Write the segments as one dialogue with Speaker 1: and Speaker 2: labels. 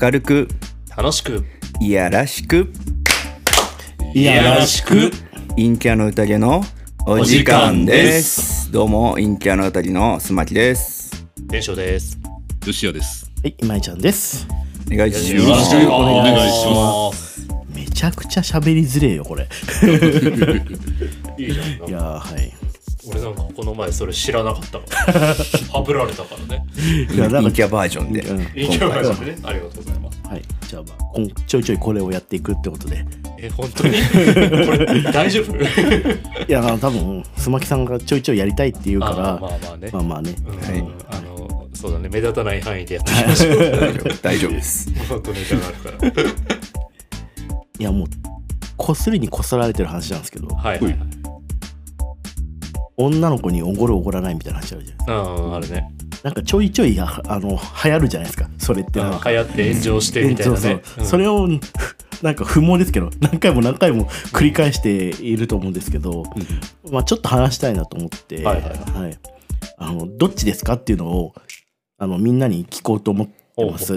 Speaker 1: 明るく
Speaker 2: 楽しく
Speaker 1: いやらしく
Speaker 2: いやらしく
Speaker 1: 陰キャの宴のお時間ですどうも陰キャの宴のすまきです
Speaker 2: テンションです
Speaker 3: よしおです。
Speaker 4: はい、今井ちゃんです。
Speaker 1: お願いし
Speaker 3: よろ
Speaker 1: ま
Speaker 3: し
Speaker 1: す
Speaker 3: くお願いします
Speaker 4: めちゃくちゃ喋りづれえよ、これ。
Speaker 2: いいじゃん
Speaker 4: い
Speaker 2: な
Speaker 4: やー、はい。
Speaker 2: 俺なんかこの前それ知らなかったからはぶられたからね
Speaker 4: いや、なん
Speaker 1: 陰キ
Speaker 4: か、
Speaker 1: ャバージョンで
Speaker 4: うん
Speaker 2: いいじゃないですねありがとうございます
Speaker 4: はい。じゃあ、まあ、こんちょいちょいこれをやっていくってことで。
Speaker 2: え本当にこれ大丈夫
Speaker 4: いや、あの多分、すまきさんがちょいちょいやりたいって言うか
Speaker 2: あ
Speaker 4: ら、
Speaker 2: まあ
Speaker 4: ま
Speaker 2: まあね
Speaker 4: あまあね。
Speaker 2: うん
Speaker 1: はい
Speaker 2: あのそうだね目立たない範囲でやっていきましょう
Speaker 1: 大丈夫大丈夫です
Speaker 2: 本当ネタがあるか
Speaker 4: いや、もう、こすりにこすられてる話なんですけど、
Speaker 2: らはいはいはい
Speaker 4: 女の子におごるおごらないみたいな話あるじゃないで
Speaker 2: うんあるね
Speaker 4: すか。なんか、ちょいちょい、ああの、流行るじゃないですか。それって
Speaker 2: 流
Speaker 4: なんか。
Speaker 2: 行って炎上してみたいな
Speaker 4: そ
Speaker 2: ね
Speaker 4: うそうそれを なんか不毛ですけど何回も何回も繰り返していると思うんですけど、まあ、ちょっと話したいなと思って、
Speaker 2: はいはい
Speaker 4: はいあのどっちですかっていうのをあのみんなに聞こうと思って
Speaker 2: を
Speaker 4: ます。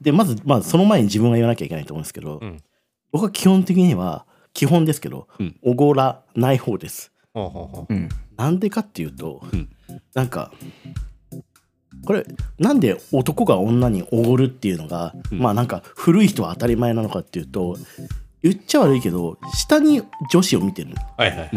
Speaker 4: でまず、まあ、その前に自分が言わなきゃいけないと思うんですけど、
Speaker 2: うん
Speaker 4: 僕は基本的には基本ですけど
Speaker 3: うん
Speaker 4: おごらない方です。
Speaker 2: ほうほうほ
Speaker 1: うん
Speaker 4: なんでかっていうと、
Speaker 3: うん
Speaker 4: なんかこれなんで男が女におごるっていうのが、
Speaker 3: うん
Speaker 4: まあなんか古い人は当たり前なのかっていうと言っちゃ悪いけど下に女子を見てる
Speaker 2: うはいはい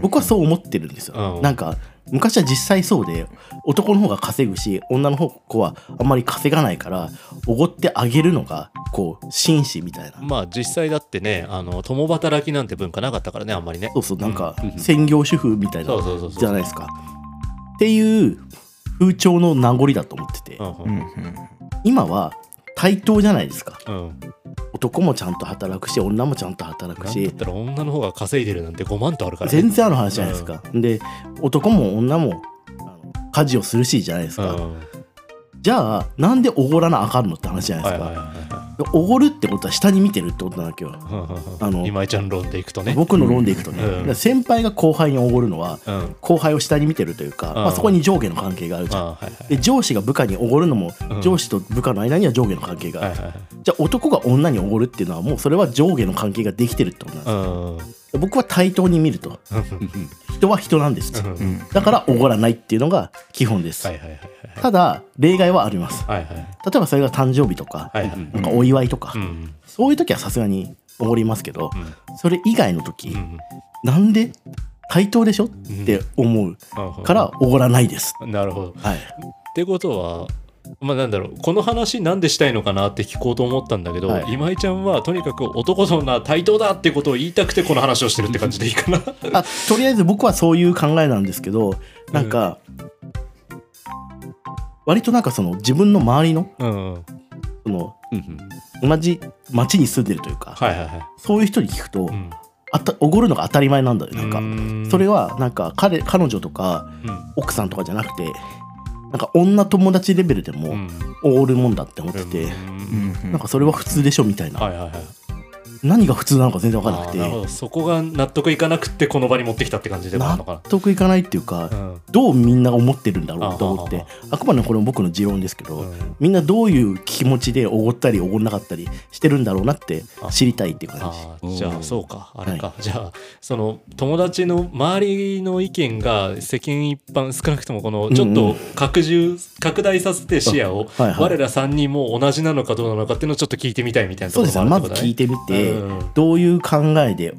Speaker 4: 僕はそう思ってるんですよ、
Speaker 2: うん
Speaker 4: なんか昔は実際そうで男の方が稼ぐし女の方はあんまり稼がないからおごってあげるのがこう紳士みたいな、
Speaker 2: まあ実際だってねあの共働きなんて文化なかったからねあんまりね
Speaker 4: そうそうなんか
Speaker 3: うん
Speaker 4: 専業主婦みたいな
Speaker 2: そうそうそうそう
Speaker 4: じゃないですかっていう風潮の名残だと思ってて、
Speaker 2: うん
Speaker 1: う
Speaker 2: うんん
Speaker 4: 今は対等じゃないですか
Speaker 2: うん、
Speaker 4: 男もちゃんと働くし女もちゃんと働く
Speaker 2: なんだ
Speaker 4: し
Speaker 2: ったら女の方が稼いでるなんて5万とあるからね、
Speaker 4: 全然ある話じゃないですか、で男も女もあの家事をするしじゃないです
Speaker 2: うん
Speaker 4: か、
Speaker 2: はい
Speaker 4: じゃあなんでおごらなあかんのって話じゃな
Speaker 2: は
Speaker 4: いで
Speaker 2: い
Speaker 4: すか、
Speaker 2: はいは
Speaker 4: でおごるってことは下に見てるってことなわけよ
Speaker 2: いうんうんうん
Speaker 4: あの
Speaker 2: 今井ちゃん論でいくとね、
Speaker 4: 僕の論でいくとね、
Speaker 2: うん
Speaker 4: だから先輩が後輩におごるのは
Speaker 2: うん、あ
Speaker 4: 後輩を下に見てるというか、まあ、そこに上下の関係があるじゃん
Speaker 2: はいはい
Speaker 4: で上司が部下におごるのも、
Speaker 2: うん
Speaker 4: 上司と部下の間には上下の関係があ
Speaker 2: は
Speaker 4: る、
Speaker 2: いはいはい
Speaker 4: じゃあ男が女におごるっていうのはもうそれは上下の関係ができてるってことなんで
Speaker 2: う
Speaker 4: す、
Speaker 2: ん
Speaker 4: 僕は対等に見ると人は人なんです、
Speaker 2: うん
Speaker 1: うん
Speaker 4: だからおごらないっていうのが基本です、
Speaker 2: はいはいはい
Speaker 4: ただ例外はあります
Speaker 2: はいはい
Speaker 4: 例えばそれが誕生日とか、
Speaker 2: はいはい
Speaker 4: なんかお祝いとか、
Speaker 2: うん
Speaker 4: そういう時はさすがにおごりますけど、
Speaker 2: うん
Speaker 4: それ以外の時、
Speaker 2: うん
Speaker 4: なんで対等でしょって思う
Speaker 2: うん
Speaker 4: からおごらないです、
Speaker 2: なるほど
Speaker 4: はい
Speaker 2: ってことはまあなんだろうこの話なんでしたいのかなって聞こうと思ったんだけど、
Speaker 4: はい
Speaker 2: 今井ちゃんはとにかく男と女は対等だってことを言いたくてこの話をしてるって感じでいい かな
Speaker 4: あとりあえず僕はそういう考えなんですけどなんか、割となんかその自分の周りの
Speaker 2: うんはい
Speaker 4: その
Speaker 3: うん
Speaker 4: 同じ町に住んでるというか、
Speaker 2: はいは
Speaker 4: そういう人に聞くと、
Speaker 2: い、うん
Speaker 4: あたおごるのが当たり前なんだよなんか、
Speaker 2: ん
Speaker 4: それはなんか彼彼女とか
Speaker 2: うん
Speaker 4: 奥さんとかじゃなくてなんか女友達レベルで
Speaker 2: う
Speaker 4: も
Speaker 2: ん
Speaker 4: おごるもんだって思ってて、
Speaker 2: うん
Speaker 1: うん
Speaker 4: なんかそれは普通でしょみたいな、
Speaker 2: はいはいはい
Speaker 4: 何が普通なのか全然分かんな
Speaker 2: あ
Speaker 4: く
Speaker 2: ーなるほ
Speaker 4: て
Speaker 2: どそこが納得いかなくってこの場に持ってきたって感じでもあるのか
Speaker 4: 納得いかないっていう
Speaker 2: な
Speaker 4: か、
Speaker 2: うん
Speaker 4: どうみんな思ってるんだろうと思っ
Speaker 2: あ
Speaker 4: て
Speaker 2: は
Speaker 4: あくまでもこれも僕の持論ですけど、
Speaker 2: うん
Speaker 4: みんなどういう気持ちでおごったりおごんなかったりしてるんだろうなって知りたいっていう感じ
Speaker 2: あーじゃ
Speaker 3: う
Speaker 2: あ
Speaker 3: ん
Speaker 2: そうかあれか、じゃあその友達の周りの意見が世間一般少なくともこのちょっ
Speaker 4: うんう
Speaker 2: と拡充拡大させて視野を、
Speaker 4: あはいはい
Speaker 2: 我ら3人も同じなのかどうなのかっていうのをちょっと聞いてみたいみたいなと
Speaker 4: そう
Speaker 2: こ
Speaker 4: で
Speaker 2: ろ
Speaker 4: す
Speaker 2: もあ
Speaker 4: ね
Speaker 2: るってこ
Speaker 4: まず
Speaker 2: とだ
Speaker 4: 聞いてみて、
Speaker 2: うんうん
Speaker 4: どういう考えで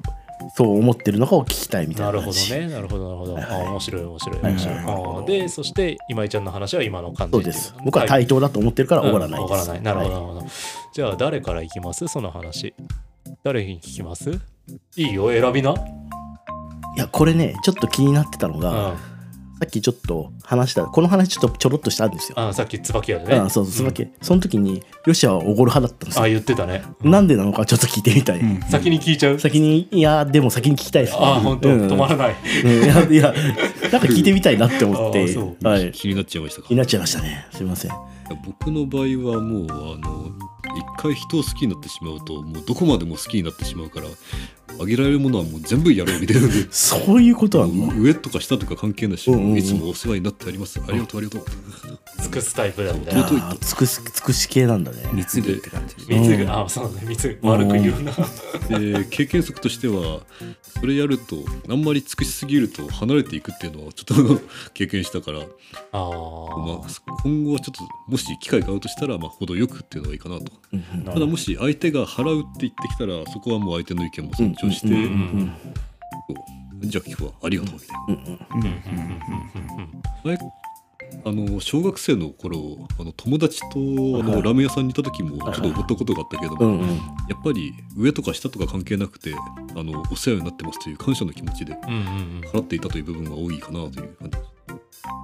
Speaker 4: そう思ってるのかを聞きたいみた
Speaker 2: ないる
Speaker 4: な
Speaker 2: ほ
Speaker 4: 感
Speaker 2: ど
Speaker 4: じ
Speaker 2: ねなるほどなるほど、
Speaker 4: はいはい
Speaker 2: あ面白い面白い
Speaker 4: はい
Speaker 2: 面白い、
Speaker 1: なるほど
Speaker 2: あーでそして今井ちゃんの話は今の感じ
Speaker 4: そ
Speaker 2: っ
Speaker 4: う
Speaker 2: てい
Speaker 4: です僕は対等だと思ってるからおごらないです、
Speaker 2: うんわからない。なるほど、な
Speaker 4: はい
Speaker 2: るほど。じゃあ、誰からいきますその話。誰に聞きますいいよ、選びな。
Speaker 4: いやこれねちょっと気になってたの
Speaker 2: うん。
Speaker 4: が、
Speaker 2: あ
Speaker 4: さっきちょっと話したこの話ちょっとちょろっとしたんですよ、
Speaker 2: さっき、椿屋で
Speaker 4: う
Speaker 2: ね。
Speaker 4: ん、そうそうその時、その時によしはおごる派だったんです
Speaker 2: あ、
Speaker 4: よ、
Speaker 2: 言ってたね。
Speaker 4: なんでなのかちょっと聞いてみたい、
Speaker 1: うん
Speaker 2: 先に聞いちゃう。
Speaker 4: 先にいやでも先に聞きたいですね
Speaker 2: あ、本当、
Speaker 4: うん
Speaker 2: 止まらない。
Speaker 4: うんいやいやなんか聞いてみたいなって思っ
Speaker 2: ああ
Speaker 4: て
Speaker 2: そう
Speaker 4: はい
Speaker 3: 気になっちゃいましたか
Speaker 4: 気になっちゃいましたねすいません
Speaker 3: 僕の場合はもうあの一回人を好きになってしまうともうどこまでも好きになってしまうからあげられるものはもう全部やろうみたいなので
Speaker 4: そういうことはもう
Speaker 3: 上とか下とか関係ないし、
Speaker 4: うんうんうん
Speaker 3: いつもお世話になってありますありがとうありがとう
Speaker 2: 尽くすタイプだみたい
Speaker 3: も
Speaker 2: な
Speaker 3: ともと
Speaker 4: あー尽くす尽くし系なんだね
Speaker 1: 貢ぐって感じ
Speaker 2: 三つぐあそうね三つぐ悪く言うな
Speaker 3: で経験則としてはそれやるとあんまり尽くしすぎると離れていくっていうのはちょっと 経験したから、
Speaker 2: あ
Speaker 3: ま
Speaker 2: ー
Speaker 3: あ、今後はちょっともし機会があるとしたら、まあ、程よくっていうのがいいかなと
Speaker 4: うんうん
Speaker 3: ただもし相手が払うって言ってきたらそこはもう相手の意見も尊重して、
Speaker 2: うんうん
Speaker 3: じゃあ聞くわありがとうみたいな。
Speaker 2: うんうんうんうんうん
Speaker 3: 前あの小学生の頃あの友達とあの、
Speaker 4: はい
Speaker 3: ラーメン屋さんにいた時もちょっと思ったことがあったけども、
Speaker 4: うんうん
Speaker 3: やっぱり上とか下とか関係なくてあのお世話になってますという感謝の気持ちで
Speaker 2: うんうん
Speaker 3: 払っていたという部分が多いかなという感じ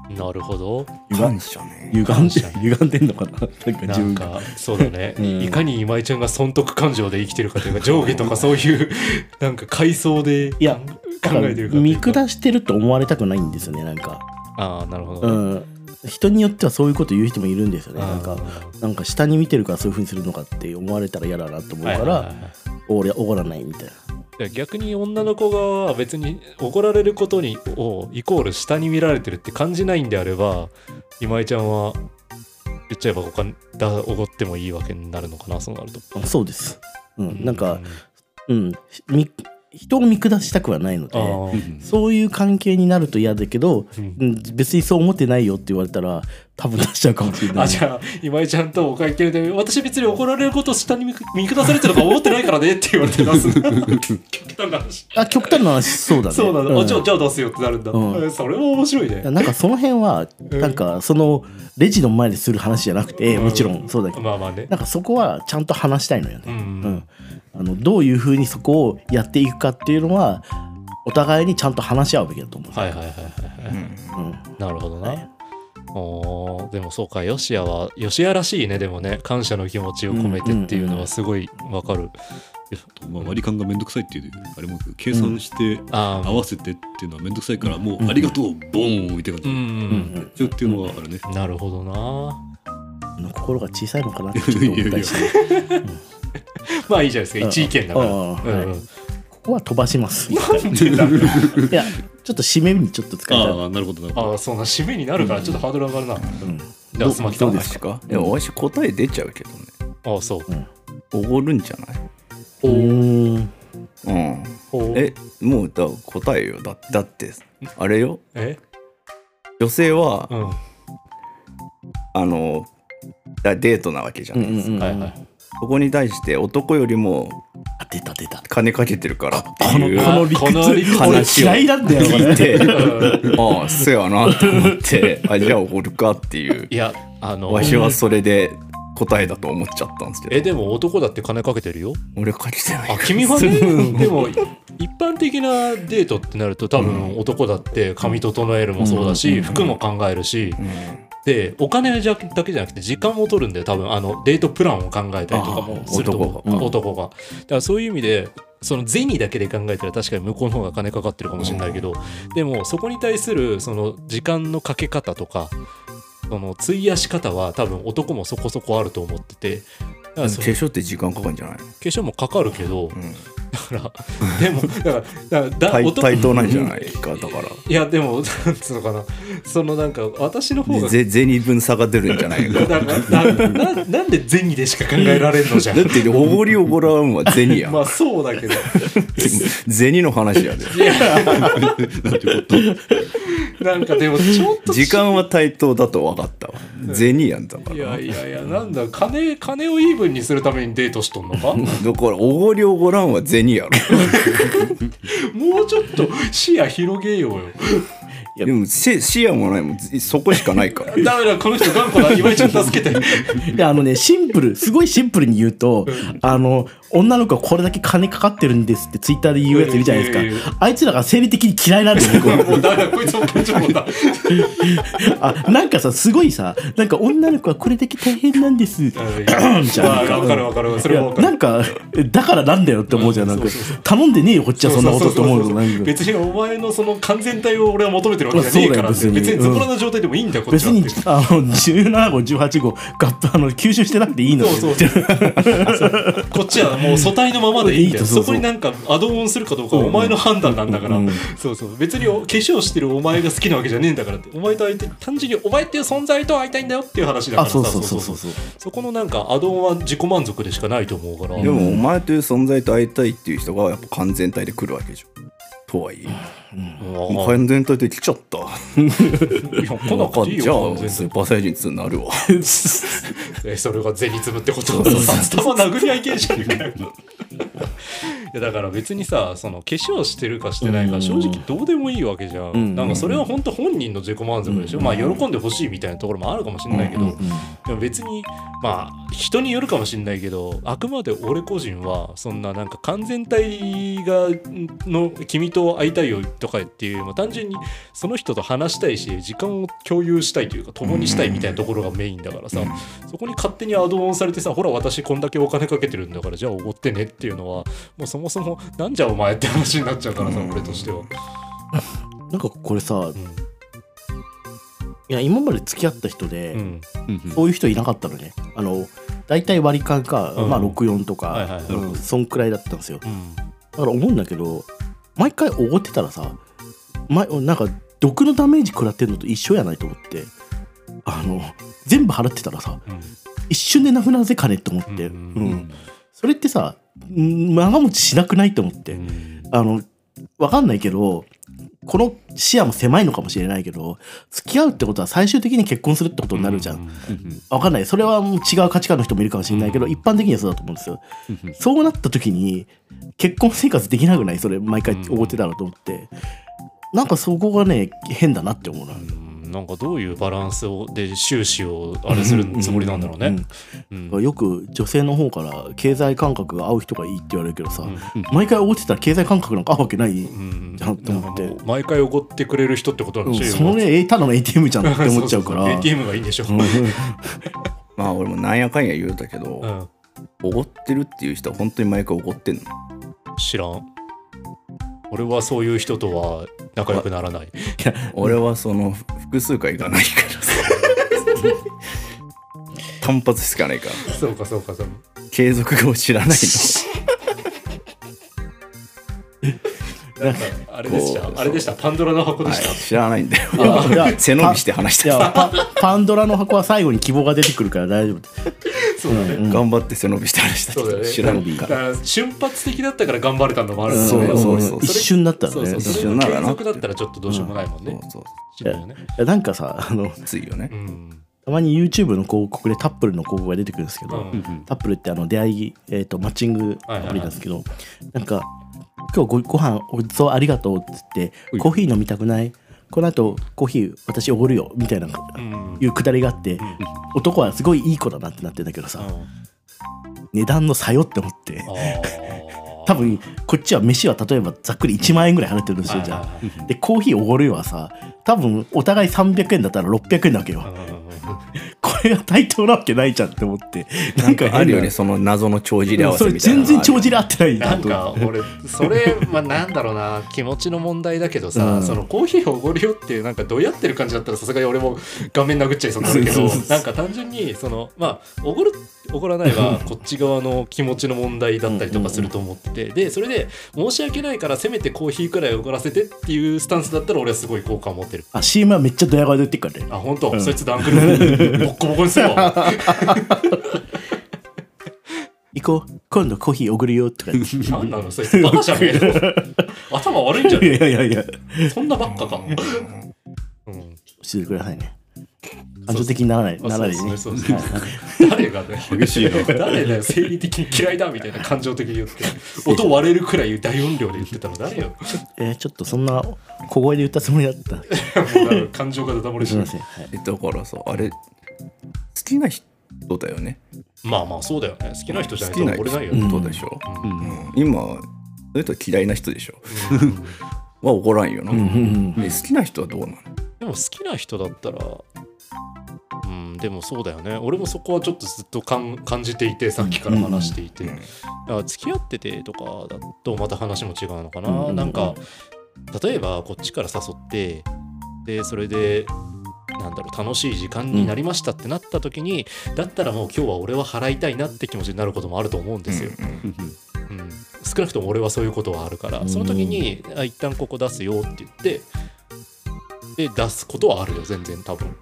Speaker 2: うんなるほど
Speaker 1: 感謝ね
Speaker 4: 歪んで
Speaker 2: 感謝
Speaker 4: 歪んでんのかななんか
Speaker 2: な
Speaker 4: 自分
Speaker 2: ん
Speaker 4: が
Speaker 2: かそうだね、
Speaker 4: うん
Speaker 2: いかに今井ちゃんが損得感情で生きてるかというか上下とかそういう なんか階層で
Speaker 4: いや
Speaker 2: 考えてるかというか
Speaker 4: 見下してると思われたくないんですよねなんか
Speaker 2: ああなるほど
Speaker 4: う
Speaker 2: ね、
Speaker 4: ん人によってはそういうこと言う人もいるんですよねなん
Speaker 2: あ
Speaker 4: か
Speaker 2: ー
Speaker 4: なんか下に見てるからそういうふうにするのかって思われたら嫌だなと思うか
Speaker 2: はいはい
Speaker 4: ら
Speaker 2: はいはい
Speaker 4: 俺はおごらないみたいな
Speaker 2: だから逆に女の子側は別に怒られることにをイコール下に見られてるって感じないんであれば今井ちゃんは言っちゃえばお金だおごってもいいわけになるのかなそうなると。
Speaker 4: あそうです、うん、なんか、うん、み人を見下したくはないの
Speaker 2: あ
Speaker 4: で
Speaker 2: ー
Speaker 3: うん
Speaker 4: そういう関係になると嫌だけど、
Speaker 2: う
Speaker 4: うんん、別にそう思ってないよって言われたら多分出しちゃうかもしれない
Speaker 2: あじゃあ今井ちゃんとお会計で私別に怒られること下に見見下されてるとか思ってないからねって言われて出す 極端な話
Speaker 4: あ極端な話そうだね
Speaker 2: そうなの、
Speaker 4: ん
Speaker 2: あじゃあじゃあ出すよってなるんだ、
Speaker 4: うん
Speaker 2: えそれも面白いね
Speaker 4: なんかその辺は、
Speaker 2: うん
Speaker 4: なんかそのレジの前でする話じゃなくて、もちろんそうだけど、
Speaker 2: まあまあね
Speaker 4: なんかそこはちゃんと話したいのよ
Speaker 2: う
Speaker 4: ね。
Speaker 2: ん
Speaker 4: うん。あのどういうふうにそこをやっていくかっていうのは、お互いにちゃんと話し合うべきだと思う。
Speaker 2: はいはいはいはいはい
Speaker 4: うん。
Speaker 2: なるほどな。
Speaker 4: はい
Speaker 2: おーでもそうか、ヨシアは、ヨシアらしいね、でもね、感謝の気持ちを込めてっていうのはすごいわかる。
Speaker 3: まあ、割り勘がめんどくさいっていうあれも計算して
Speaker 2: あー
Speaker 3: 合わせてっていうのはめんどくさいから、もうありがとう、ボーンみたいな
Speaker 2: う、
Speaker 3: 感じ
Speaker 4: うんん
Speaker 3: で、っていうのはあるね。
Speaker 2: なるほどな。
Speaker 4: うん。の心が小さいのかなってちょっと思ったりして。
Speaker 2: まあいいじゃないですか、一意見だから。
Speaker 4: あ
Speaker 2: う
Speaker 4: ー
Speaker 2: んうん
Speaker 4: はいここは飛ば します。いや、ちょっと締めにちょっと使いたい。
Speaker 3: ああなるほどなるほ
Speaker 2: ああ、そんな締めになるから、ちょっとハードル上がるな。
Speaker 4: うん
Speaker 2: じゃあ、スマキさ
Speaker 1: ど
Speaker 2: ん
Speaker 1: うですかでもわし答え出ちゃうけどね
Speaker 2: ああ、そう。
Speaker 1: おごるんじゃないう
Speaker 4: ーん。
Speaker 1: うん
Speaker 2: お
Speaker 1: えもうだ答えよだだってあれよ
Speaker 2: え
Speaker 1: 女性は、
Speaker 2: うん。は
Speaker 1: あのだデートなわけじゃ
Speaker 4: う
Speaker 1: なんい、
Speaker 4: うんうん。
Speaker 2: いはい。
Speaker 1: そこに対して男よりも
Speaker 4: あ出た出た。
Speaker 1: 金かけてるからって
Speaker 4: この
Speaker 1: いう
Speaker 4: この理屈
Speaker 2: この理屈
Speaker 4: 俺嫌いなんだよ。 こ
Speaker 1: 聞
Speaker 4: れ
Speaker 1: いてああそうやなと思ってあじゃあおごるかっていう
Speaker 2: いや、あの、
Speaker 1: わしはそれで答えだと思っちゃったんですけ
Speaker 2: え、
Speaker 1: ど
Speaker 2: でも男だって金かけてるよ。
Speaker 1: 俺かけてない
Speaker 2: あ君はねでも一般的なデートってなると多分男だって髪整えるもそうだし、服も考えるし、でお金じゃだけじゃなくて時間も取るんだよ多分あのデートプランを考えたりとかもすると思う
Speaker 4: あー
Speaker 2: 男がだからそういう意味でその銭だけで考えたら確かに向こうの方が金かかってるかもしれないけど、でもそこに対するその時間のかけ方とかその費やし方は多分男もそこそこあると思ってて
Speaker 1: 化
Speaker 2: だからその
Speaker 1: 粧って時間かかるんじゃない
Speaker 2: 化粧もかかるけど、
Speaker 1: ん
Speaker 2: だから でもだからだからだ
Speaker 1: 対
Speaker 2: 男
Speaker 1: 対等なんじゃないかだか
Speaker 2: いやでも なんつうのかなそのなんか私の方
Speaker 1: ら
Speaker 2: が
Speaker 1: ぜ銭分差が出るんじゃないか
Speaker 2: だからなななんで銭でしか考えられん のじゃ
Speaker 1: だっ
Speaker 2: ん
Speaker 1: ておごりおごらんは銭やん
Speaker 2: まあそうだ けど
Speaker 1: 銭の話 やで
Speaker 3: ど。なんてこと。
Speaker 2: なんかでもちょっと
Speaker 1: 時間は対等だと分かったわ銭やんだか
Speaker 2: い
Speaker 1: ら
Speaker 2: やいやいやなんだ金金をイーブンにするためにデートしとんの か
Speaker 1: だからおごりおごらんは銭やろ
Speaker 2: もうちょっと視野広げようよ
Speaker 1: でもせ視野もないもんずそこしかない から
Speaker 2: ダメだこの人頑固だ今井ちゃん助 けて
Speaker 4: であのねシンプルすごいシンプルに言うと、あの女の子はこれだけ金かかってるんですってツイッターで言うやついるじゃない
Speaker 2: うんうん
Speaker 4: で
Speaker 2: うん
Speaker 4: すかあいつらが生理的に嫌いなんだ よ僕は
Speaker 2: もうダメだこいつもこっちもだ
Speaker 4: あなんかさすごいさなんか女の子はこれだけ大変なんですみ
Speaker 2: じ
Speaker 4: た
Speaker 2: ゃあ
Speaker 4: いな
Speaker 2: 分かる分かるそ
Speaker 4: い
Speaker 2: れ
Speaker 4: や
Speaker 2: は分かる
Speaker 4: なんかだからなんだよって思うじゃんなんか頼んでねえよこっちはそんなことって思うのなんか
Speaker 2: 別にお前のその完全体を俺は求めてるわけじゃねえからって
Speaker 4: そうだよ
Speaker 2: 別
Speaker 4: 別
Speaker 2: に
Speaker 4: に
Speaker 2: ズボラな状態でもいいんだよこっち
Speaker 4: 別
Speaker 2: は
Speaker 4: に
Speaker 2: って
Speaker 4: あの17号18号ガッとあの吸収してなくていいの
Speaker 2: そうそうそうこっちはからもう素体のままでいいんだよ
Speaker 4: いいとそうそう
Speaker 2: そこになんかアドオンするかどうかはお前の判断なんだから、
Speaker 4: うん
Speaker 2: そうそう別にお化粧してるお前が好きなわけじゃねえんだからってお前と会いたい単純にお前っていう存在と会いたいんだよっていう話だか
Speaker 4: あ
Speaker 2: らさ
Speaker 4: そうそうそうそう
Speaker 2: そ
Speaker 4: そう
Speaker 2: そこのなんかアドオンは自己満足でしかないと思うから、
Speaker 1: でもお前という存在と会いたいっていう人がやっぱ完全体で来るわけでしょとはいえ
Speaker 2: うん
Speaker 1: もう完全体で来ちゃった
Speaker 2: いや来なくていい
Speaker 1: じゃ
Speaker 2: よ完
Speaker 1: あス
Speaker 2: 全
Speaker 1: ー
Speaker 2: に
Speaker 1: パーサイジン2になる わ
Speaker 2: えそれが銭積むってことだ札束殴り合い系じゃねえかよいやだから別にさその化粧してるかしてないか正直どうでもいいわけじゃん、
Speaker 4: ん
Speaker 2: なんかそれは本当本人の自己満足でしょ、まあ喜んでほしいみたいなところもあるかもしれないけど、でも別にまあ人によるかもしれないけどあくまで俺個人はそんななんか完全体がの君と会いたいよとかっていう、まあ、単純にその人と話したいし時間を共有したいというか共にしたいみたいなところがメインだからさ、そこに勝手にアドオンされてさほら私こんだけお金かけてるんだからじゃあおごってねっていうのはもうそもそもなんじゃお前って話になっちゃうからさ、俺としては。
Speaker 4: なんかこれさ
Speaker 2: うん
Speaker 4: いや今まで付き合った人で、
Speaker 2: うん
Speaker 3: うん
Speaker 4: そういう人いなかったのねあの大体割り勘か、
Speaker 2: うん
Speaker 4: まあ64とか、
Speaker 2: はいはいはい
Speaker 4: うんそんくらいだったんですよ
Speaker 2: うん
Speaker 4: だから思うんだけど毎回おごってたらさ前なんか毒のダメージ食らってるのと一緒やないと思ってあの全部払ってたらさ
Speaker 2: うん
Speaker 4: 一瞬でなくなるぜ金って思って、
Speaker 2: う
Speaker 4: うんん
Speaker 2: うんうん
Speaker 4: それってさん長持ちしなくないと思って、あのわかんないけどこの視野も狭いのかもしれないけど付き合うってことは最終的に結婚するってことになるじゃん、
Speaker 2: う
Speaker 3: うん
Speaker 4: わかんないそれはもう違う価値観の人もいるかもしれないけど、
Speaker 2: うん
Speaker 4: 一般的にはそうだと思うんですよ
Speaker 3: うん
Speaker 4: そうなった時に結婚生活できなくないそれ毎回
Speaker 2: うん
Speaker 4: おごってたらと思って、なんかそこがね変だなって思うな、
Speaker 2: うんなんかどういうバランスをで収支をあれするつもりなんだろうね。うん
Speaker 4: よく女性の方から経済感覚が合う人がいいって言われるけどさ、
Speaker 2: うん
Speaker 4: 毎回おごってたら経済感覚なんか合うわけない、
Speaker 2: うん
Speaker 4: ちゃんと思って
Speaker 2: なんかもう毎回怒ってくれる人ってことなん
Speaker 4: うん
Speaker 2: でしょ
Speaker 4: そのねただの ATM じゃんって思っちゃうから
Speaker 2: そそそ ATM がいいんでしょ。うん
Speaker 1: まあ俺もなんやかんや言うたけどおご、ってるっていう人は本当に毎回おごってんの
Speaker 2: 知らん。俺はそういう人とは仲良くならない。
Speaker 1: 俺はそのふ複数回行かないから さ単発しかないから
Speaker 2: そうかそうかそう。
Speaker 1: 継続を知らない
Speaker 2: なんか あれでした
Speaker 1: こ。う
Speaker 2: あれでした。パンドラの箱
Speaker 1: の、
Speaker 2: で
Speaker 1: はい
Speaker 2: した。、
Speaker 1: 知らないんだよ
Speaker 4: いやいや
Speaker 1: 背伸びして話し
Speaker 4: い
Speaker 1: た
Speaker 4: やパパンドラの箱は最後に希望が出てくるから大丈夫
Speaker 2: そうだね。
Speaker 4: うん
Speaker 1: 頑張って背伸びして話したけ
Speaker 2: そうだ
Speaker 1: ど
Speaker 2: ね
Speaker 1: 知らないか
Speaker 2: だからら瞬発的だったから頑張れたのもあるんだ
Speaker 1: そ
Speaker 2: よ
Speaker 1: う
Speaker 2: ね。
Speaker 1: そうそうそう
Speaker 4: 一瞬だったらね
Speaker 2: そうそう
Speaker 1: 一
Speaker 2: それ
Speaker 1: 瞬
Speaker 2: が
Speaker 1: なら
Speaker 2: 継
Speaker 1: な
Speaker 2: 続だったらちょっとどうしようもないもん
Speaker 1: そう
Speaker 2: ね。
Speaker 1: そう
Speaker 2: 知らんよね。
Speaker 4: いやなんかさあの
Speaker 1: ついよね
Speaker 2: うん。
Speaker 4: たまに YouTube の広告でタップルの広告が出てくるんですけど、
Speaker 2: うん
Speaker 4: タップルってあの出会い、えー、とマッチングアプリなんですけど、なんか「今日ごご飯ごちそうありがとう」っつって
Speaker 3: う
Speaker 4: 「
Speaker 3: い
Speaker 4: コーヒー飲みたくないこの後コーヒー私おごるよ」みたいな、
Speaker 2: うん
Speaker 4: いうくだりがあって、男はすごいいい子だなってなってんだけどさ、値段の差よって思って
Speaker 2: あ
Speaker 4: 多分こっちは飯は例えばざっくり1万円ぐらい払ってるんですよじゃあ。でコーヒーおごるよはさ多分お互い300円だったら600円なわけよ。これが対等なわけないじゃんって思ってな
Speaker 1: なん
Speaker 4: んか
Speaker 1: か
Speaker 4: 変な
Speaker 1: あるよねその謎の帳尻合わせ
Speaker 4: それ
Speaker 1: みたいなのが
Speaker 4: 全
Speaker 1: ある
Speaker 4: 然帳尻合ってない
Speaker 2: なん
Speaker 4: だ
Speaker 2: か俺それまあなんだろうな気持ちの問題だけどさ、
Speaker 4: うん
Speaker 2: そのコーヒーをおごるよっていうなんかどうやってる感じだったらさすがに俺も顔面殴っちゃいそうになるけど
Speaker 4: そうそうそう
Speaker 2: なんか単純にそのまあおごるおごらない はこっち側の気持ちの問題だったりとかすると思っててでそれで申し訳ないからせめてコーヒーくらいおごらせてっていうスタンスだったら俺はすごい好感を持ってる。
Speaker 4: あ CM はめっちゃドヤ顔で言ってっからね
Speaker 2: あ本当、そいつとアンクルボッコボコにするわ。
Speaker 4: 行こう今度コーヒーおごるよとか言って
Speaker 2: なんなのそいつバカじゃねえの 頭悪いんじゃ
Speaker 4: い
Speaker 2: ね
Speaker 4: やいやいやいや
Speaker 2: えそんなばっか か。うん
Speaker 4: 教えてくださいね感情的にならない
Speaker 2: そう
Speaker 4: ならないでね
Speaker 2: そうそうそう誰がね
Speaker 3: 激しいな
Speaker 2: 誰だよ生理的に嫌いだみたいな感情的に言って音割れるくらい大音量で言ってたの誰よ
Speaker 4: えーちょっとそんな小声で言ったつもりだった
Speaker 2: もうなんか感情がダダ漏れして
Speaker 4: すい
Speaker 2: る
Speaker 4: ません、はい、
Speaker 1: えだからさあれ好きな人だよね
Speaker 2: まあまあそうだよね好きな人じゃ
Speaker 1: 好
Speaker 2: ない
Speaker 1: き
Speaker 2: と
Speaker 1: な
Speaker 2: 俺ないよね、
Speaker 1: 人でしょ、
Speaker 2: う
Speaker 1: うん今そういう人嫌いな人でしょは怒らんよな、
Speaker 4: うんうん
Speaker 1: え好きな人はどうなの
Speaker 2: でも好きな人だったらうんでもそうだよね俺もそこはちょっとずっと感感じていてさっきから話していて、
Speaker 1: うん
Speaker 2: だから付き合っててとかだとまた話も違うのかな、
Speaker 4: うんうんうん
Speaker 2: なんか例えばこっちから誘ってでそれでななんだろう楽しい時間になりましたってなった時に、だったらもう今日は俺は払いたいなって気持ちになることもあると思うんですよ。うん、少なくとも俺はそういうことはあるから、
Speaker 4: うん
Speaker 2: その時にあ一旦ここ出すよって言ってで出すことはあるよ全然多分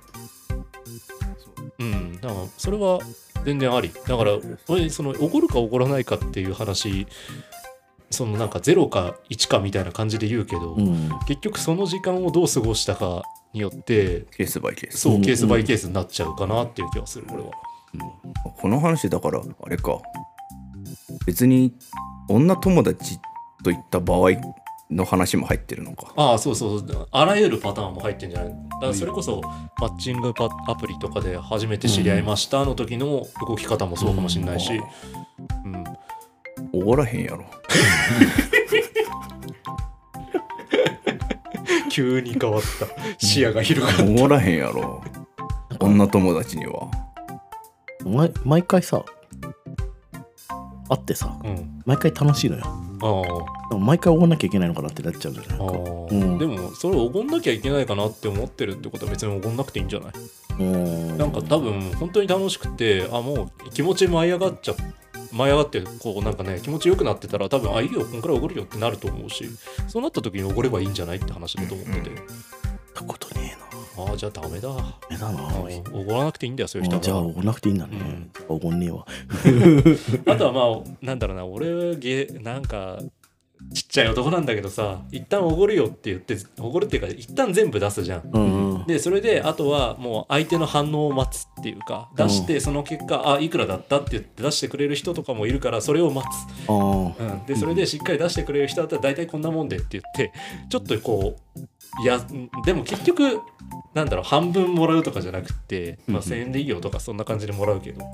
Speaker 2: うんだからそれは全然ありだから俺そのおごるかおごらないかっていう話そのなんか0か1かみたいな感じで言うけど、
Speaker 4: うん
Speaker 2: 結局その時間をどう過ごしたかによって
Speaker 1: ケースバイケース。
Speaker 2: そう
Speaker 4: うん
Speaker 2: ケースバイケースになっちゃうかなっていう気がする俺は。
Speaker 1: この話だから、あれか。別に、女友達といった場合の話も入ってるのか。
Speaker 2: ああそうそうそうあらゆるパターンも入ってんじゃないだからそれこそマッチングパアプリとかで初めて知り合いましたの時の動き方もそうかもしれないし、うん
Speaker 1: おごらへんやろ。
Speaker 2: 急に変わった視野が広が
Speaker 1: おごらへんや ろ。女友達には。
Speaker 4: お前毎回さ会ってさ
Speaker 2: うん
Speaker 4: 毎回楽しいのよ
Speaker 2: ああ
Speaker 4: でも毎回おごんなきゃいけないのかなってなっちゃうんじゃない
Speaker 2: ああ、
Speaker 4: うん
Speaker 2: でもそれおごんなきゃいけないかなって思ってるってことは別におごんなくていいんじゃない
Speaker 4: うん
Speaker 2: なんか多分本当に楽しくてあもう気持ち舞い上がっちゃ舞い上がってこうなんかね気持ちよくなってたら多分あいいよこんくらいおごるよってなると思うしそうなった時におごればいいんじゃないって話だと思ってて、
Speaker 4: たことねえな
Speaker 2: ああじゃあダメだ
Speaker 4: ダメだな
Speaker 2: あおごらなくていいんだよそういう人
Speaker 4: あじゃあ
Speaker 2: は
Speaker 4: おごんなくていいんだね、
Speaker 2: うん
Speaker 4: おごんねえわ
Speaker 2: あとはまあなんだろうな俺げなんかちっちゃい男なんだけどさ一旦おごるよって言っておごるっていうか一旦全部出すじゃん
Speaker 4: うんうん
Speaker 2: でそれであとはもう相手の反応を待つっていうか出してその結果、あいくらだったって言って出してくれる人とかもいるからそれを待
Speaker 4: あー
Speaker 2: つ、うん、でそれでしっかり出してくれる人だったら大体こんなもんでって言ってちょっとこういやでも結局なんだろう半分もらうとかじゃなくて、まあ、
Speaker 3: うんうん
Speaker 2: 1,000円でいいよとかそんな感じでもらうけどっ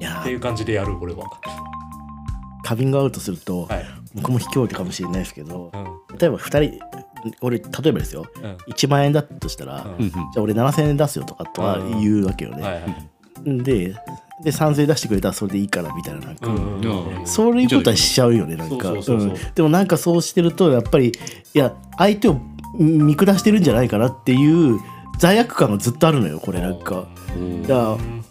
Speaker 4: いや
Speaker 2: てい
Speaker 4: ー
Speaker 2: う感じでやる俺は。
Speaker 4: カミングアウトすると、
Speaker 2: はい
Speaker 4: 僕も卑怯かもしれないですけど
Speaker 2: うん
Speaker 4: 例えば2人俺例えばですよ
Speaker 2: うん
Speaker 4: 1万円だったとしたら、
Speaker 2: うん
Speaker 3: うん
Speaker 4: じゃあ俺7000円出すよとかとは言うわけよね、
Speaker 2: はいはい
Speaker 4: でで3000円出してくれたらそれでいいからみたいななんか、
Speaker 2: うんうんうんうん
Speaker 4: そういうことはしちゃうよねなんか
Speaker 2: そうそうそうそう
Speaker 4: うんでもなんかそうしてるとやっぱりいや相手を見下してるんじゃないかなっていう罪悪感がずっとあるのよこれなんか
Speaker 3: うん
Speaker 4: だから
Speaker 2: うん不思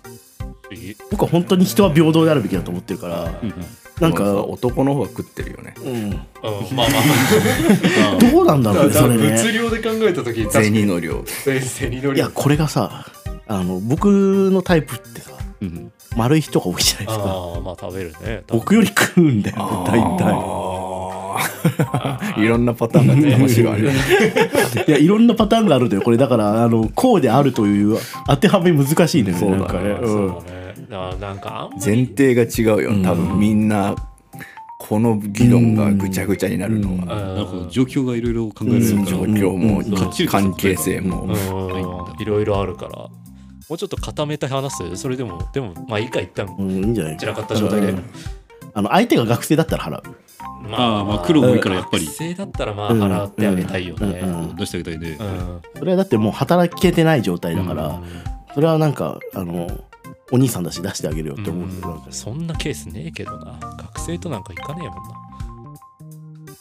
Speaker 2: 議
Speaker 4: 僕は本当に人は平等であるべきだと思ってるから
Speaker 3: うん
Speaker 4: なん
Speaker 1: まあさ
Speaker 4: か、
Speaker 1: 男の方が食ってるよね。
Speaker 4: うん、
Speaker 2: うんまあまあまあ
Speaker 4: どう なんだろうね
Speaker 2: だ
Speaker 4: そ
Speaker 2: から
Speaker 4: れ
Speaker 2: 物
Speaker 4: ね
Speaker 2: 量で考えた時確かに
Speaker 1: 銭の量。
Speaker 2: セリの量
Speaker 4: いやこれがさあの僕のタイプってさ
Speaker 3: うん
Speaker 4: 丸い人が多いじゃないですか
Speaker 2: ああまあ食べるね
Speaker 4: 僕より食うんだよね大体。
Speaker 1: あ ーいろんなパターンがね、面白いね。
Speaker 4: いやいろんなパターンがあるのよこれだからあのこうであるという当てはめ難しいのよね
Speaker 1: そうだね
Speaker 4: なんかね
Speaker 2: ああ
Speaker 4: う
Speaker 2: そ
Speaker 4: ん
Speaker 2: うだねああなんかあんま
Speaker 1: 前
Speaker 2: り
Speaker 1: 提が違うよ多分みんなこの議論がぐちゃぐちゃになるの
Speaker 2: う
Speaker 1: は
Speaker 2: ん
Speaker 3: なんか状況がいろいろ考えられるか
Speaker 1: 状
Speaker 3: ら、
Speaker 1: 況も
Speaker 3: うんうん
Speaker 1: 関係性も
Speaker 2: うん
Speaker 3: は
Speaker 2: うんいろいろあるからもうちょっと固めて話すそれでもでもまあいいか一旦
Speaker 4: うん、いいんじゃない
Speaker 2: 散らかった状態で
Speaker 4: うんあの相手が学生だったら払う
Speaker 3: ああまあ苦労多いからやっぱり
Speaker 2: 学生だったらまあ払ってあげたいよね
Speaker 4: うんうんうん
Speaker 3: 出してあげたいね、
Speaker 2: うん
Speaker 4: それはだってもう働けてない状態だから、
Speaker 2: うん
Speaker 4: それはなんかあのお兄さんだし出してあげるよって思う
Speaker 2: うん
Speaker 4: だよなん
Speaker 2: ん
Speaker 4: か
Speaker 2: そんなケースねえけどな学生となんか行かねえもんな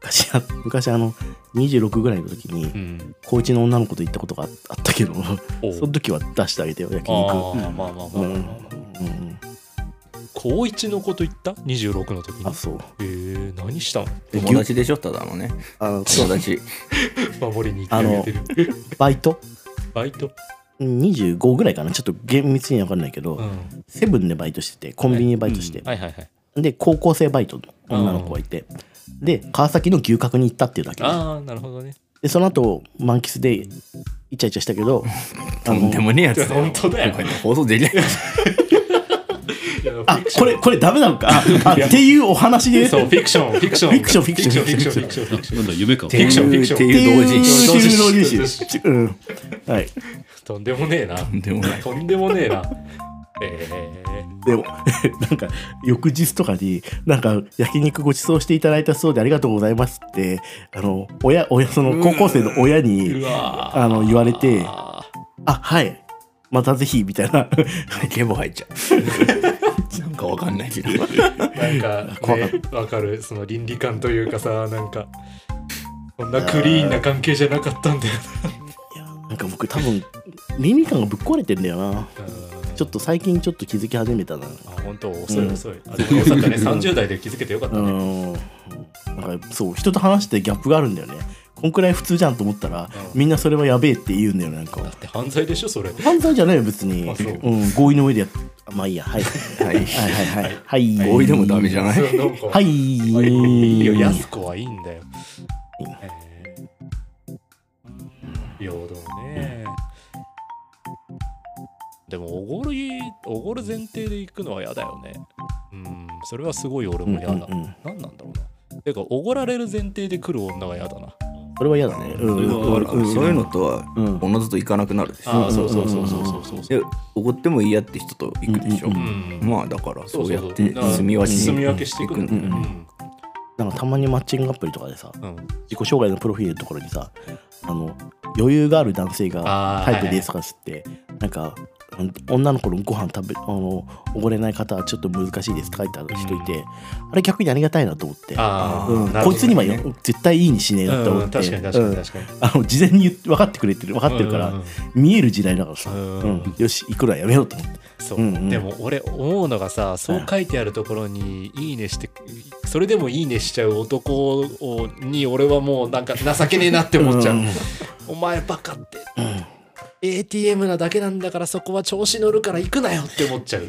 Speaker 4: 昔あ昔あの26ぐらいの時に
Speaker 2: うん
Speaker 4: 高一の女の子と行ったことがああったけど
Speaker 2: おう
Speaker 4: その時は出してあげてよ焼
Speaker 2: あ
Speaker 4: 肉
Speaker 2: あまあまあ
Speaker 4: う
Speaker 2: まあ
Speaker 4: んう
Speaker 2: まあ
Speaker 4: ん
Speaker 2: まあ高一のこと言った26の時に
Speaker 4: あそう
Speaker 2: えー、何したの
Speaker 4: で
Speaker 1: 友達でしょただのね
Speaker 4: あ の
Speaker 1: 友達
Speaker 2: 守りに行ってあげてる
Speaker 4: バイト
Speaker 2: バイト、
Speaker 4: 25ぐらいかなちょっと厳密には分かんないけど、
Speaker 2: ん、
Speaker 4: セブンでバイトしててコンビニでバイトして、
Speaker 2: はいはいはい
Speaker 4: で高校生バイトの女の子がいて、で川崎の牛角に行ったっていうだけで
Speaker 2: ああなるほどね
Speaker 4: でその後満喫でイチャイチャしたけ ど
Speaker 1: とんでもねえやつだよ
Speaker 2: 本当だよ
Speaker 1: お前放送できない
Speaker 4: あこれこれダメなの かああっていうお話 で
Speaker 2: そうフィクションフィクション
Speaker 4: フィクションフィクション
Speaker 2: フィクションフィクションフィクション
Speaker 3: なんだ夢か
Speaker 1: ってい
Speaker 2: クションフィク
Speaker 1: う
Speaker 2: ション
Speaker 1: っていう同人誌
Speaker 2: 同人誌
Speaker 4: 同人 誌うんはい
Speaker 2: とんでもねえな
Speaker 1: とんでもない
Speaker 2: とんでもねえなえ
Speaker 4: でもなんか翌日とかになんか焼肉ごちそうしていただいたそうでありがとうございますってあの親親その高校生の親
Speaker 2: えー、う
Speaker 4: に
Speaker 2: わー
Speaker 4: あの言われて
Speaker 2: あ
Speaker 4: あはいまたぜひみたいな
Speaker 1: ゲボ入っちゃうなんかわかんないけど
Speaker 2: ーなんか、
Speaker 4: 怖かっ
Speaker 2: ね、わかるその倫理観というかさなんかこんなクリーンな関係じゃなかったんだよ
Speaker 4: いやーなんか僕多分倫理観がぶっ壊れてんだよなちょっと最近ちょっと気づき始めたな
Speaker 2: あ本当遅い遅い、あでもよかったね30代で気づけてよかった
Speaker 4: う
Speaker 2: ね、
Speaker 4: んなんかそう人と話してギャップがあるんだよねこんくらい普通じゃんと思ったら
Speaker 2: うん
Speaker 4: みんなそれはやべえって言うんだよねなんか
Speaker 2: だって犯罪でしょそれ
Speaker 4: 犯罪じゃないよ別に
Speaker 2: あそう
Speaker 4: うん、合意の上でやっまあいいやはい
Speaker 1: はい
Speaker 4: はいはいはいはい
Speaker 1: 合意でもダメじゃない
Speaker 2: そうなんか
Speaker 4: はい
Speaker 2: いや、
Speaker 4: い
Speaker 2: 安子はいいんだよ。平等ね。でも、おごるい、おごる前提で行くのは嫌だよね。うん、それはすごい俺も嫌だ。
Speaker 4: うんうんうん
Speaker 2: 何なんだろうな。てか、おごられる前提で来る女は嫌だな。
Speaker 4: それは嫌だねうん
Speaker 1: それはあるかも
Speaker 4: ん
Speaker 1: そういうのとは
Speaker 4: うん
Speaker 1: おのずと行かなくなるでしょ
Speaker 2: ああ、そうそうそうそうそうそうそう。
Speaker 1: でおごってもいいやって人と行くでしょ、
Speaker 4: うんうん
Speaker 2: うん
Speaker 1: まあだから
Speaker 2: そ
Speaker 1: そうう
Speaker 2: そう
Speaker 1: や
Speaker 2: そう
Speaker 1: って
Speaker 2: だから
Speaker 1: 住み分けに
Speaker 2: 住み分けしていくんだよ
Speaker 1: うんうん
Speaker 2: ね。
Speaker 4: なんかたまにマッチングアプリとかでさ
Speaker 2: うんうん
Speaker 4: 自己紹介のプロフィールのところにさあの余裕がある男性が
Speaker 2: あー
Speaker 4: タイプですとかつって、なんかうん女の子のご飯食べあのおごれない方はちょっと難しいですって書いてある人いて、あれ逆にありがたいなと思って、
Speaker 2: ああ、
Speaker 4: うん
Speaker 2: なるほどね
Speaker 4: こいつにはよ絶対いいにしねえなって
Speaker 2: う
Speaker 4: 思っ
Speaker 2: ん
Speaker 4: て、
Speaker 2: 確かに確か
Speaker 4: う
Speaker 2: に
Speaker 4: ん
Speaker 2: 確かに。
Speaker 4: あの事前に分かってくれてる分かってるから、
Speaker 2: うんうんうん
Speaker 4: 見える時代だからさ、
Speaker 2: うん
Speaker 4: うんよし行くのはやめようと思って
Speaker 2: そう、
Speaker 4: うんうん
Speaker 2: でも俺思うのがさそう書いてあるところに「いいね」してそれでも「いいね」しちゃう男をに俺はもうなんか情けねえなって思っちゃう、
Speaker 4: うん
Speaker 2: お前バカって、ATM なだけなんだからそこは調子乗るから行くなよって思っちゃう、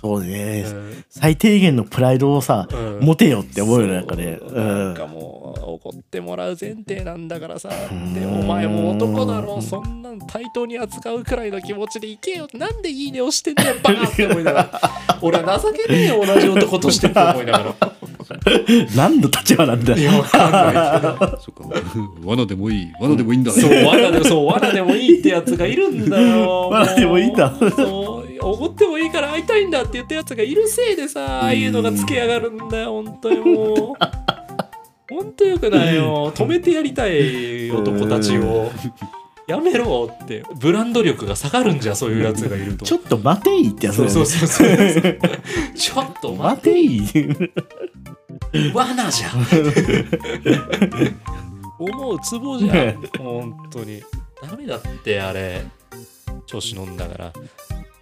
Speaker 4: そうね、
Speaker 2: うん
Speaker 4: 最低限のプライドをさ、
Speaker 2: うん
Speaker 4: 持てよって思うよねなんかね
Speaker 2: そううんなんかもう怒ってもらう前提なんだからさ
Speaker 4: ん
Speaker 2: でお前も男だろそんなん対等に扱うくらいの気持ちで行けよなんでいいねをしてんだよバカって思いながら俺は情けねえよ同じ男としてって思いながら
Speaker 4: 何の立場なんだよ
Speaker 2: いやわかんないけど
Speaker 3: そっか罠でもいい罠でもいいんだ、
Speaker 2: そう罠でもそう罠でもいいってやつがいるんだよ
Speaker 4: 罠でもいいんだ
Speaker 2: うそうおごってもいいから会いたいんだって言ったやつがいるせいでさああいうのがつけやがるんだよ本当にもう本当よくないよ止めてやりたい男たちをやめろってブランド力が下がるんじゃそういうやつがいると
Speaker 4: ちょっと待ていってやつだ
Speaker 2: そう
Speaker 4: よね
Speaker 2: そうそうそうちょっと待
Speaker 4: 待てい
Speaker 2: って罠じゃん 思うツボじゃん本当にダメだってあれ調子乗んだから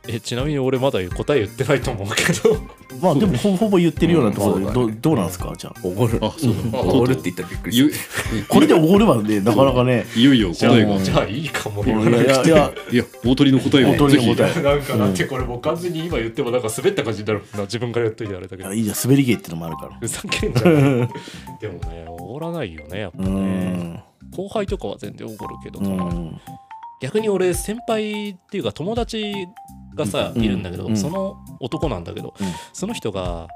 Speaker 2: えちなみに俺まだ答え言ってないと思うけど
Speaker 4: まあでもほぼほぼ言ってるようなところで、
Speaker 1: うんそうだ
Speaker 4: ど
Speaker 1: ね
Speaker 4: どうなんですかじゃあ
Speaker 1: おごる
Speaker 3: あそうだ
Speaker 1: おごるって言ったらびっくりす
Speaker 3: ゆ
Speaker 1: る
Speaker 4: これでおごればねなかなかね
Speaker 3: いよいよ
Speaker 2: じゃあ
Speaker 3: 答えが
Speaker 2: じゃあいいかも
Speaker 4: い
Speaker 2: 言わな
Speaker 4: や
Speaker 2: く
Speaker 4: い
Speaker 2: て
Speaker 4: やいや
Speaker 3: いや大鳥の答え
Speaker 4: 大
Speaker 3: をぜ
Speaker 4: 鳥
Speaker 3: ひ
Speaker 4: の答え
Speaker 2: なんかだってこれもう完全に今言ってもなんか滑った感じになるな自分からやっといてあれだけ
Speaker 4: い
Speaker 2: ど
Speaker 4: やいいじゃん滑り芸ってのもあるから
Speaker 2: ふざけんじゃないでもねおごらないよねやっぱ
Speaker 4: うー
Speaker 2: ね
Speaker 4: ん
Speaker 2: 後輩とかは全然おごるけど
Speaker 4: う
Speaker 2: たまに
Speaker 4: ん
Speaker 2: 逆に俺先輩っていうか友達がさ、
Speaker 4: うん
Speaker 2: いるんだけど、
Speaker 4: うん
Speaker 2: その男なんだけど、
Speaker 4: うん
Speaker 2: その人が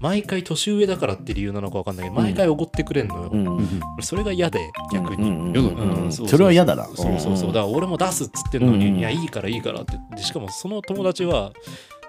Speaker 2: 毎回年上だからって理由なのか分かんないけど毎回おごってくれんのよ、
Speaker 4: うんうん
Speaker 2: 俺それが嫌で逆に、
Speaker 4: うん
Speaker 3: 嫌だな
Speaker 4: うん
Speaker 2: そうそう
Speaker 4: それは嫌だな
Speaker 2: そうそうそうだから俺も出すっつってんのに、
Speaker 4: うんうん
Speaker 2: いやいいからいいからってでしかもその友達は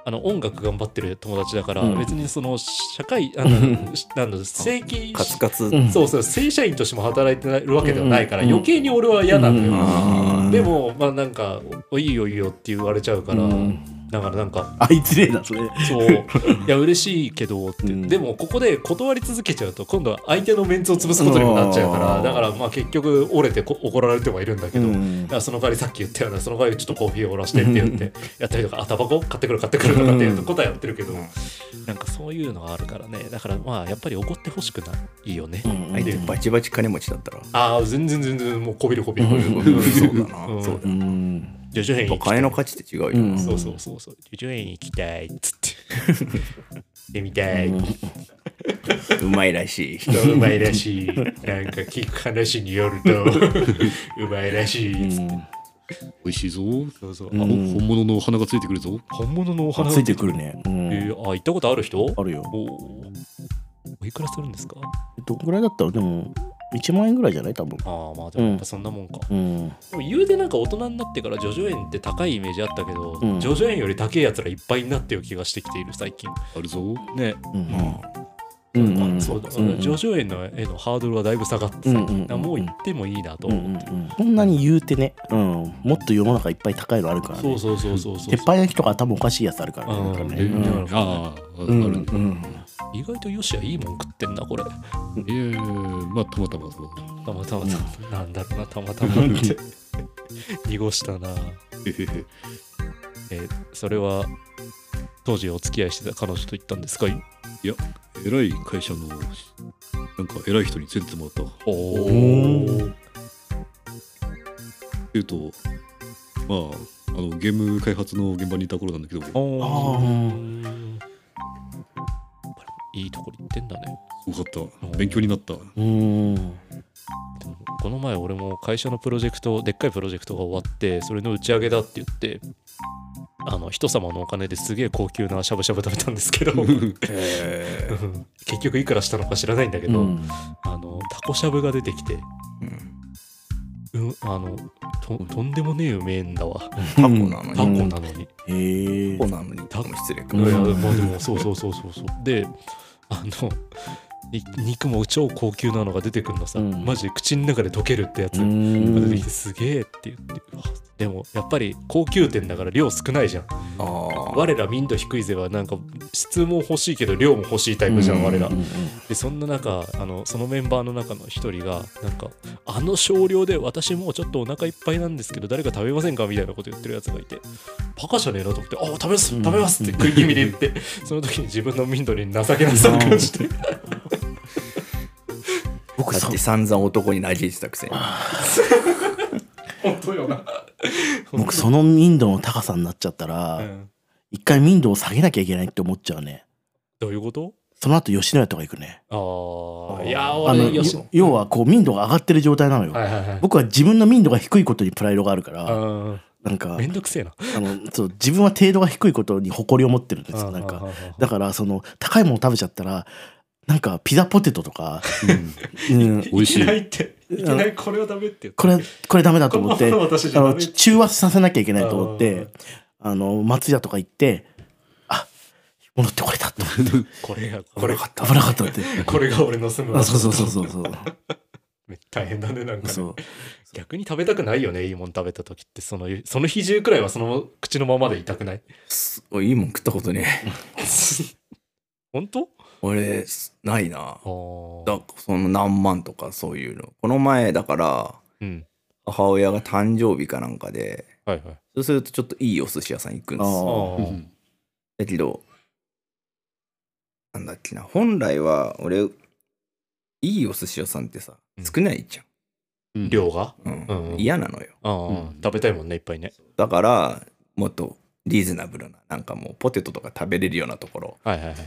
Speaker 2: あの音楽頑張ってる友達だから、
Speaker 4: うん
Speaker 2: 別にその社会 あのしなんだろう正規
Speaker 1: カツカツ、
Speaker 4: うん
Speaker 2: そうそう正社員としても働いてるわけではないから、
Speaker 4: うん
Speaker 2: 余計に俺は嫌なのよ、
Speaker 4: うん
Speaker 1: あー
Speaker 2: でもまあなんか「おいいよいいよ」って言われちゃうから、
Speaker 4: うん
Speaker 2: だからなんか
Speaker 4: あいつれえなそれ
Speaker 2: 「そういや嬉しいけど」って、
Speaker 4: うん
Speaker 2: でもここで断り続けちゃうと今度は相手のメンツを潰すことにもなっちゃうから
Speaker 4: うん
Speaker 2: だからまあ結局折れてこ怒られてはいるんだけど。
Speaker 4: うん
Speaker 2: だからその代わりさっき言ったようなその代わりちょっとコーヒーおらしてって言ってやったりとかあタバコ買ってくる買ってくるとかっていうことはやってるけどなんかそういうのがあるからねだからまあやっぱり怒ってほしくないよね
Speaker 4: うん
Speaker 1: 相手バチバチ金持ちだったら
Speaker 2: ああ全然全然もうこびるこびるこびる
Speaker 1: うんそうだ
Speaker 2: う
Speaker 1: なんそうだ
Speaker 4: う
Speaker 1: よ
Speaker 4: ん
Speaker 2: 叙々苑行きたい
Speaker 1: 金の価値って違うよな、
Speaker 4: うん
Speaker 2: そうそうそうそう。ジュ園行きたいっつって。 行ってみたい。
Speaker 1: うまいらしい
Speaker 2: うまいらしい。なんか聞く話による と、うまいらしいっつって。
Speaker 3: 美味しいぞ
Speaker 2: そうそう。
Speaker 3: あ
Speaker 2: あ
Speaker 3: ほ本物のお花がついてくるぞ
Speaker 2: 本物のお花
Speaker 4: ついてくるねうん
Speaker 2: えーあ、行ったことある人
Speaker 4: あるよ
Speaker 2: おお。おいくらするんですか
Speaker 4: どんぐらいだったらでも1万円ぐらいじゃない多分
Speaker 2: ああ、まあでもやっぱそんなもんか。
Speaker 4: うん
Speaker 2: でも言うてなんか大人になってからジョジョ園って高いイメージあったけど、
Speaker 4: うん
Speaker 2: ジョジョ園より高いやつらいっぱいになってる気がしてきている最近。
Speaker 3: あるぞ
Speaker 2: ね。
Speaker 4: うんう
Speaker 2: うんん
Speaker 4: うん
Speaker 2: そうだ、
Speaker 4: うんうん
Speaker 2: ジョジョ園の絵のハードルはだいぶ下がってさ、
Speaker 4: うんうんうんうん
Speaker 2: だからもう行ってもいいなと
Speaker 4: うん
Speaker 2: 思
Speaker 4: う
Speaker 2: っ
Speaker 4: ん
Speaker 2: て、
Speaker 4: うんこんなに言うてね、うん、もっと世の中いっぱい高いのあるからね
Speaker 2: そうそうそうそうそう
Speaker 4: 鉄板焼きとか頭おかしいやつあるからね
Speaker 2: うん
Speaker 4: なんかね
Speaker 2: え
Speaker 4: うん
Speaker 2: うん
Speaker 3: ああああ
Speaker 4: うん
Speaker 3: るね
Speaker 4: うん
Speaker 2: 意外とよしはいいもん食ってんなこれた
Speaker 3: ええまあたまたまそう
Speaker 2: またまたまなんだろうなたまたまって濁したな。
Speaker 3: へ
Speaker 2: えーそれは当時お付き合いしてた彼女と行ったんですか
Speaker 3: えらい会社のなんか偉い人に連れてってもらった
Speaker 2: お
Speaker 4: お
Speaker 2: お。
Speaker 3: っていうとまああのゲーム開発の現場にいた頃なんだけどす
Speaker 2: お
Speaker 4: あ
Speaker 2: ーいいところ行ってんだね。
Speaker 3: ごかった勉強になった
Speaker 4: うん。
Speaker 2: でもこの前俺も会社のプロジェクトでっかいプロジェクトが終わってそれの打ち上げだって言ってあの人様のお金ですげえ高級なしゃぶしゃぶ食べたんですけどうん
Speaker 1: え
Speaker 2: 結局いくらしたのか知らないんだけ
Speaker 4: う
Speaker 2: ど、
Speaker 4: ん。
Speaker 2: あのタコしゃぶが出てきて、うん、あのととんでもねえうめえんだわ
Speaker 1: タコなのに
Speaker 2: タコ
Speaker 1: タ
Speaker 4: うん
Speaker 2: なのに、
Speaker 4: へえ
Speaker 1: コ。なのにってのも失礼か
Speaker 4: う
Speaker 2: い
Speaker 4: ん
Speaker 2: やいやまあでもそうそうそうそうそうであのい肉も超高級なのが出てくるのさ、
Speaker 4: うん
Speaker 2: マジで口の中で溶けるってやつ、
Speaker 4: うん
Speaker 2: 出てきてすげえって言ってうわでもやっぱり高級店だから量少ないじゃん
Speaker 1: あー
Speaker 2: 我ら民度低いぜはなんか質も欲しいけど量も欲しいタイプじゃん、
Speaker 1: うん
Speaker 2: 我ら
Speaker 4: うんうん
Speaker 2: でそんな中あのそのメンバーの中の一人がなんかあの少量で私もうちょっとお腹いっぱいなんですけど誰か食べませんかみたいなこと言ってるやつがいてバカじゃねえなと思ってあ食べます食べますって食い気味で言ってその時に自分の民度に情けなさを感じて
Speaker 1: 僕だって散々男に馴染んでたくせに
Speaker 2: 本当よな
Speaker 4: 僕その民度の高さになっちゃったら、
Speaker 2: うん
Speaker 4: 一回民度を下げなきゃいけないって思っちゃうね
Speaker 2: どういうこと
Speaker 4: その後吉野家とか行くね
Speaker 2: ああいやー
Speaker 4: あの
Speaker 2: 俺
Speaker 4: よ
Speaker 2: よしはい
Speaker 4: 要はこう民度が上がってる状態なのよ、
Speaker 2: はいはい
Speaker 4: 僕は自分の民度が低いことにプライドがあるから、
Speaker 2: あ
Speaker 4: なんか
Speaker 2: ーめんどくせえな
Speaker 4: あのそう自分は程度が低いことに誇りを持ってるんですよなんかだからその高いもの食べちゃったらなんかピザポテトとか、うん、
Speaker 3: 美味しい
Speaker 2: きなりっていきなりこれを食べって
Speaker 4: これこれダメだと思 って
Speaker 2: このまま私じ
Speaker 4: あ
Speaker 2: ゃダメ
Speaker 4: のち中和させなきゃいけないと思っ
Speaker 2: あー
Speaker 4: てあの松屋とか行ってあ戻ってこれだと思って
Speaker 2: これが こ
Speaker 1: こ
Speaker 2: れ
Speaker 1: れ
Speaker 2: が
Speaker 1: か
Speaker 4: 危なかったって
Speaker 2: これが俺の住む
Speaker 4: あそうそうそうそうそう
Speaker 2: 大変だねなんかね
Speaker 4: そう
Speaker 2: 逆に食べたくないよねいいもん食べた時ってそのその日中くらいはその口のままでいた くない
Speaker 1: すいいもん食ったことね
Speaker 2: 本当
Speaker 1: 俺ないな
Speaker 2: ああ
Speaker 1: だその何万とかそういうのこの前だから
Speaker 2: うん
Speaker 1: 母親が誕生日かなんかで
Speaker 2: はいはい
Speaker 1: そうするとちょっといいお寿司屋さん行くんです
Speaker 4: あ
Speaker 1: よ
Speaker 4: ー
Speaker 2: あ
Speaker 1: だけどなんだっけな本来は俺いいお寿司屋さんってさ
Speaker 2: うん
Speaker 1: 少ないじ
Speaker 2: あ量が
Speaker 1: ゃん、
Speaker 2: う
Speaker 1: うんん嫌なのよ
Speaker 2: ああ、
Speaker 3: うん
Speaker 2: 食べたいもんねいっぱいね
Speaker 1: だからもっとリーズナブルななんかもうポテトとか食べれるようなところ
Speaker 2: はいはいはい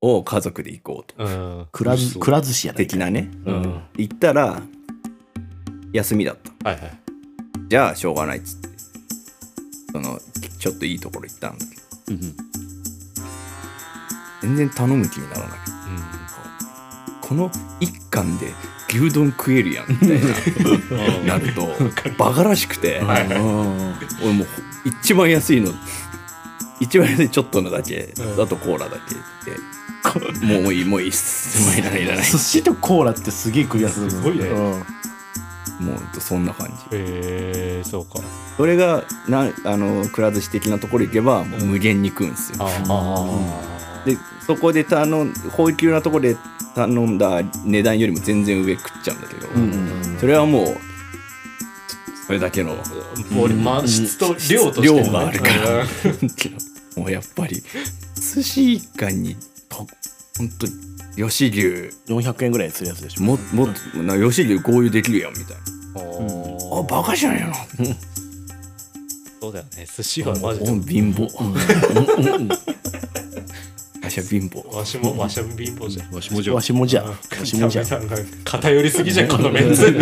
Speaker 1: を家族で行こうと
Speaker 2: うん
Speaker 4: くらずくら寿司やね
Speaker 1: 的なね、
Speaker 2: うん
Speaker 4: うん
Speaker 1: 行ったら休みだった
Speaker 2: はいはい
Speaker 1: じゃあしょうがないっつってそのちょっといいところ行ったんだけど全然頼む気にならないこの一貫で牛丼食えるやんみたいななるとバカらしくて
Speaker 2: はいはい
Speaker 4: うん
Speaker 1: 俺もう一番安いの一番安いちょっとのだけあとコーラだけでもうもういいもういいっすもういらないいらない
Speaker 4: 寿司とコーラってすげえ組み合わせだ
Speaker 2: すごいね
Speaker 4: うん
Speaker 1: もうほんとそんな感じ
Speaker 2: えー、そうか
Speaker 1: それがなあのくら寿司的なところ行けばもう無限に食うんですよ
Speaker 2: ああ
Speaker 1: でそこで頼ん高級なところで頼んだ値段よりも全然上食っちゃうんだけど、
Speaker 4: うんうんうん
Speaker 1: それはもうそれだけの
Speaker 2: もうまあ質と量としてね
Speaker 1: 量があるからもうやっぱり寿司一貫にとほんと吉牛
Speaker 4: 400円ぐらいするやつでしょ
Speaker 1: ももっとな吉牛合流できるやんみたいな
Speaker 2: あ
Speaker 1: あバカじゃないの
Speaker 2: そうだよね寿司はマジで
Speaker 1: お貧乏
Speaker 4: う んうん
Speaker 1: 私は貧乏
Speaker 2: わしもわしも貧乏じゃん
Speaker 3: わしもじゃ
Speaker 4: わしもじゃ
Speaker 2: あ
Speaker 4: わ
Speaker 2: ー
Speaker 4: しもじゃ
Speaker 2: ダメだな偏りすぎじゃんこのメンツ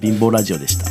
Speaker 4: 貧乏ラジオでした